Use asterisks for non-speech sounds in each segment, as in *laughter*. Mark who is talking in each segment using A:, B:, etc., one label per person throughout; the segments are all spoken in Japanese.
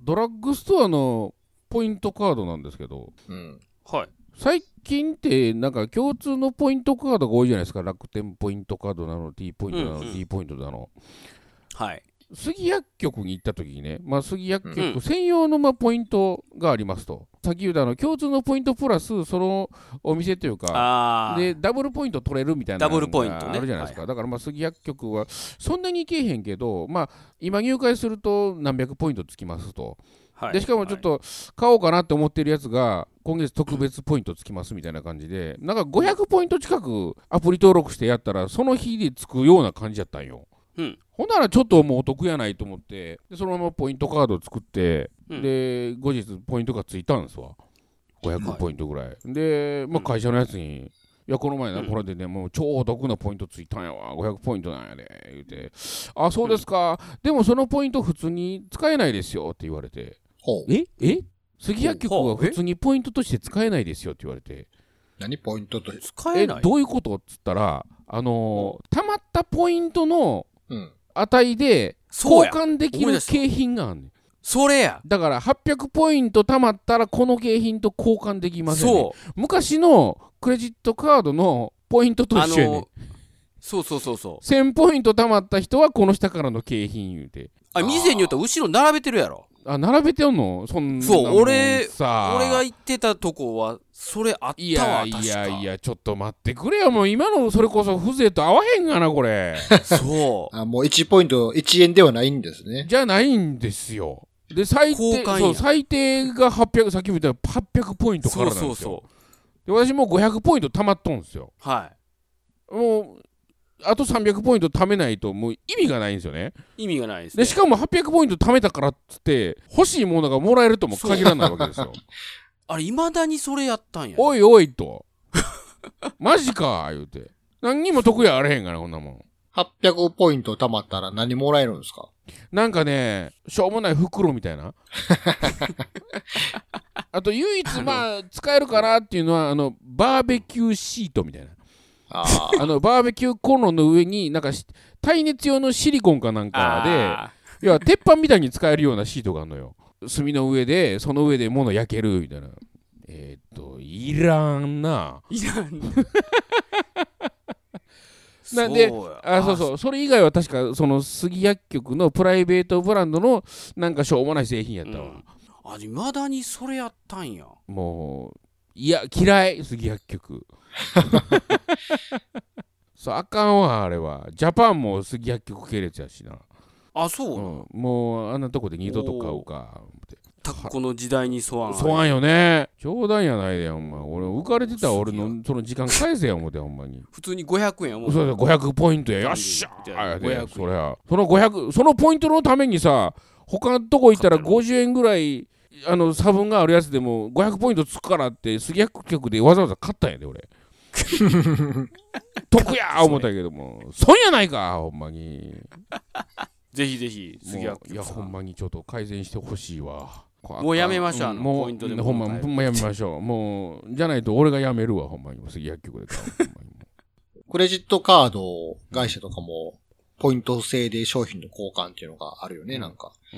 A: ドラッグストアのポイントカードなんですけど、
B: うん。
C: はい。
A: 最近ってなんか共通のポイントカードが多いじゃないですか。楽天ポイントカードなの、T ポイントなの、
C: うんうん
A: D ポイントなの。
C: はい。
A: 杉薬局に行った時にね、まあ、杉薬
C: うん
A: 局専用のまあポイントがありますと、先ほどあの共通のポイントプラス、そのお店というか、
C: ああ。
A: でダブルポイント取れるみたい
C: ダ
A: な
C: ブルポイントね
A: あるじゃないですか、だからまあ杉薬局はそんなに行けへんけど、まあ、今入会すると何百ポイントつきますと、
C: はい
A: でしかもちょっ、と買おうかなって思ってるやつが、今月特別ポイントつきますみたいな感じで、なんか500ポイント近くアプリ登録してやったら、その日でつくような感じやったんよ。
C: うん
A: ほんならちょっともうお得やないと思ってでそのままポイントカード作って、
C: うん
A: で後日ポイントがついたんですわ500ポイントぐらい、で、まあ、会社のやつに「いやこの前な
C: うん
A: これでねもう超お得なポイントついたんやわ500ポイントなんやで」言うて「あそうですか、でもそのポイント普通に使えないですよ」って言われて
B: ほ
A: 「
B: う。
A: ええ杉薬局
C: ほ
A: は
C: う
A: 普通にポイントとして使えないですよ」って言われて
B: 何ポイントと
C: は、い
A: 「
C: 使
A: え
C: えない。
A: どういうこと?」っつったらあのー、たまったポイントの
B: うん。
A: 値で
C: そう
A: 交
C: や。
A: 換できる景品があんねん
C: それや。
A: だから800ポイント貯まったらこの景品と交換できません、ね、
C: そう。
A: 昔のクレジットカードのポイントと一緒やねん、
C: そうそうそうそう。
A: 1000ポイント貯まった人はこの下からの景品言うて
C: あ、店によっては後ろ並べてるやろ。
A: あ並べてんのそんな
C: そう
A: もん
C: 俺
A: さ
C: 俺が行ってたとこは、それあっ
A: い
C: た
A: や
C: わ、
A: い
C: 確
A: や
C: か。
A: いやちょっと待ってくれよもう今のそれこそ風情と合わへんがなこ
C: *laughs*
A: れ
C: そう。
B: あ、もう1ポイント、1円ではないんですね。
A: じゃないんですよで最低
C: 交換や
A: そう最低が800さっきも言ったら800ポイントか
C: そ
A: ら
C: う
A: なんです
C: そ
A: よ
C: うそう。
A: で私もう500ポイント貯まっとんですよ
C: は
A: もうあと300ポイント貯めないともう意味がないんですよね
C: い。意味がないですね。
A: でしかも800ポイント貯めたからっつって欲しいものがもらえるとも限らないわけ
C: *laughs*
A: ですよ
C: あれ、未だにそれやったんや。
A: おいおいとマジか言うて何にも得意あれへんからこんなもん
B: 800ポイント貯まったら何もらえるんですか
A: なんかねしょうもない袋みたいな *laughs* あと唯一まあ使えるかなっていうのはあのバーベキューシートみたいな
B: ああ。
A: あのバーベキューコンロの上になんかし耐熱用のシリコンかなんかで
C: あ
A: いや、鉄板みたいに使えるようなシートがあるのよ。炭の上で、その上で物焼けるみたいな。えーっと、いらんな。
C: ー。いらん。
A: *laughs* なんで
C: そうや
A: あ、そうそう。それ以外は確か、その杉薬局のプライベートブランドのなんかしょうもない製品やったわ。
C: あ、いまだにそれやったんや。
A: もう、いや、嫌い、杉薬 *laughs* 局。そう、あかんわ、あれは。ジャパンも杉薬局系列やしな。
C: あ、
A: う
C: そう。
A: ん、もう、あんなとこで二度と買おうか。
C: たっこの時代に沿わん。
A: そうなんよね。冗談やないで、ほんま。俺、浮かれてた俺のその時間返せよ、思って、ほんまに。
C: 普通に500円やも。
A: そうんそう、500ポイントや。よっしゃ
C: じゃあ
A: ーで
C: 500
A: そりゃ。その500、そのポイントのためにさ、他のとこ行ったら
C: 買って
A: 50円ぐらい、あの、差分があるやつでも、500ポイントつくからって、杉薬局でわざわざ買ったんやで、
C: *laughs*
A: 俺。得やー思ったけども、損やないか、ほんまに。
C: ぜひぜひ、杉
A: も
C: 谷
A: ういや、ほんまにちょっと改善してほしいわ。こ
C: もうやめましょう
A: あかん
C: あの
A: もう
C: ポイントで
A: ほんま、
C: 物を買え
A: ほんまやめましょう。もう、じゃないと俺がやめるわ、ほんまに。杉薬局で買う。ほんま
C: *laughs*
A: に
B: *laughs* クレジットカード会社とかも、ポイント制で商品の交換っていうのがあるよね、
A: うん
B: なんか。
C: お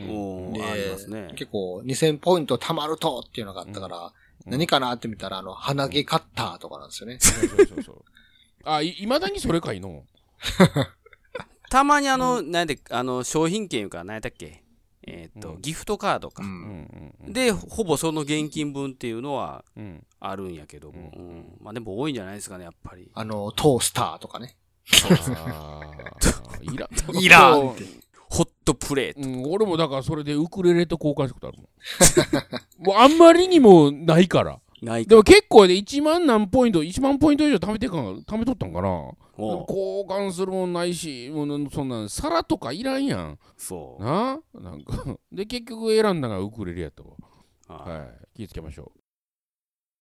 B: ね
C: ーありますね。
B: 結構、2000ポイント貯まるとっていうのがあったから、
A: うん
B: 何かなって見たら、あの、鼻毛カッターとかなんですよね。
A: そうそうそうそう。あ、いいまだにそれかいの
C: たまにあの、なん、で、あの、商品券いうか、何やったっけえーっと、
A: うん
C: ギフトカードか
B: う。
A: うん
B: ん。
A: うん
C: で、ほぼその現金分っていうのは
A: うん。うん
C: あるんやけども。うんまあでも多いんじゃないですかね、やっぱり。
B: あの、トースターとかね。
A: あー *laughs* いらん。
B: いらんって。
C: *laughs* ホットプレート。
A: うん、俺もだからそれでウクレレと交換したことあるもん。も *laughs* うあんまりにもないから。
C: ない
A: でも結構で1万何ポイント、1万ポイント以上貯めてかん、貯めとったんかな。
C: もう
A: 交換するもんないしもうそんなん皿とかいらんやん
C: そう。
A: ななんかで結局選んだのがウクレレやったわ
C: あ
A: はい気ぃつけましょう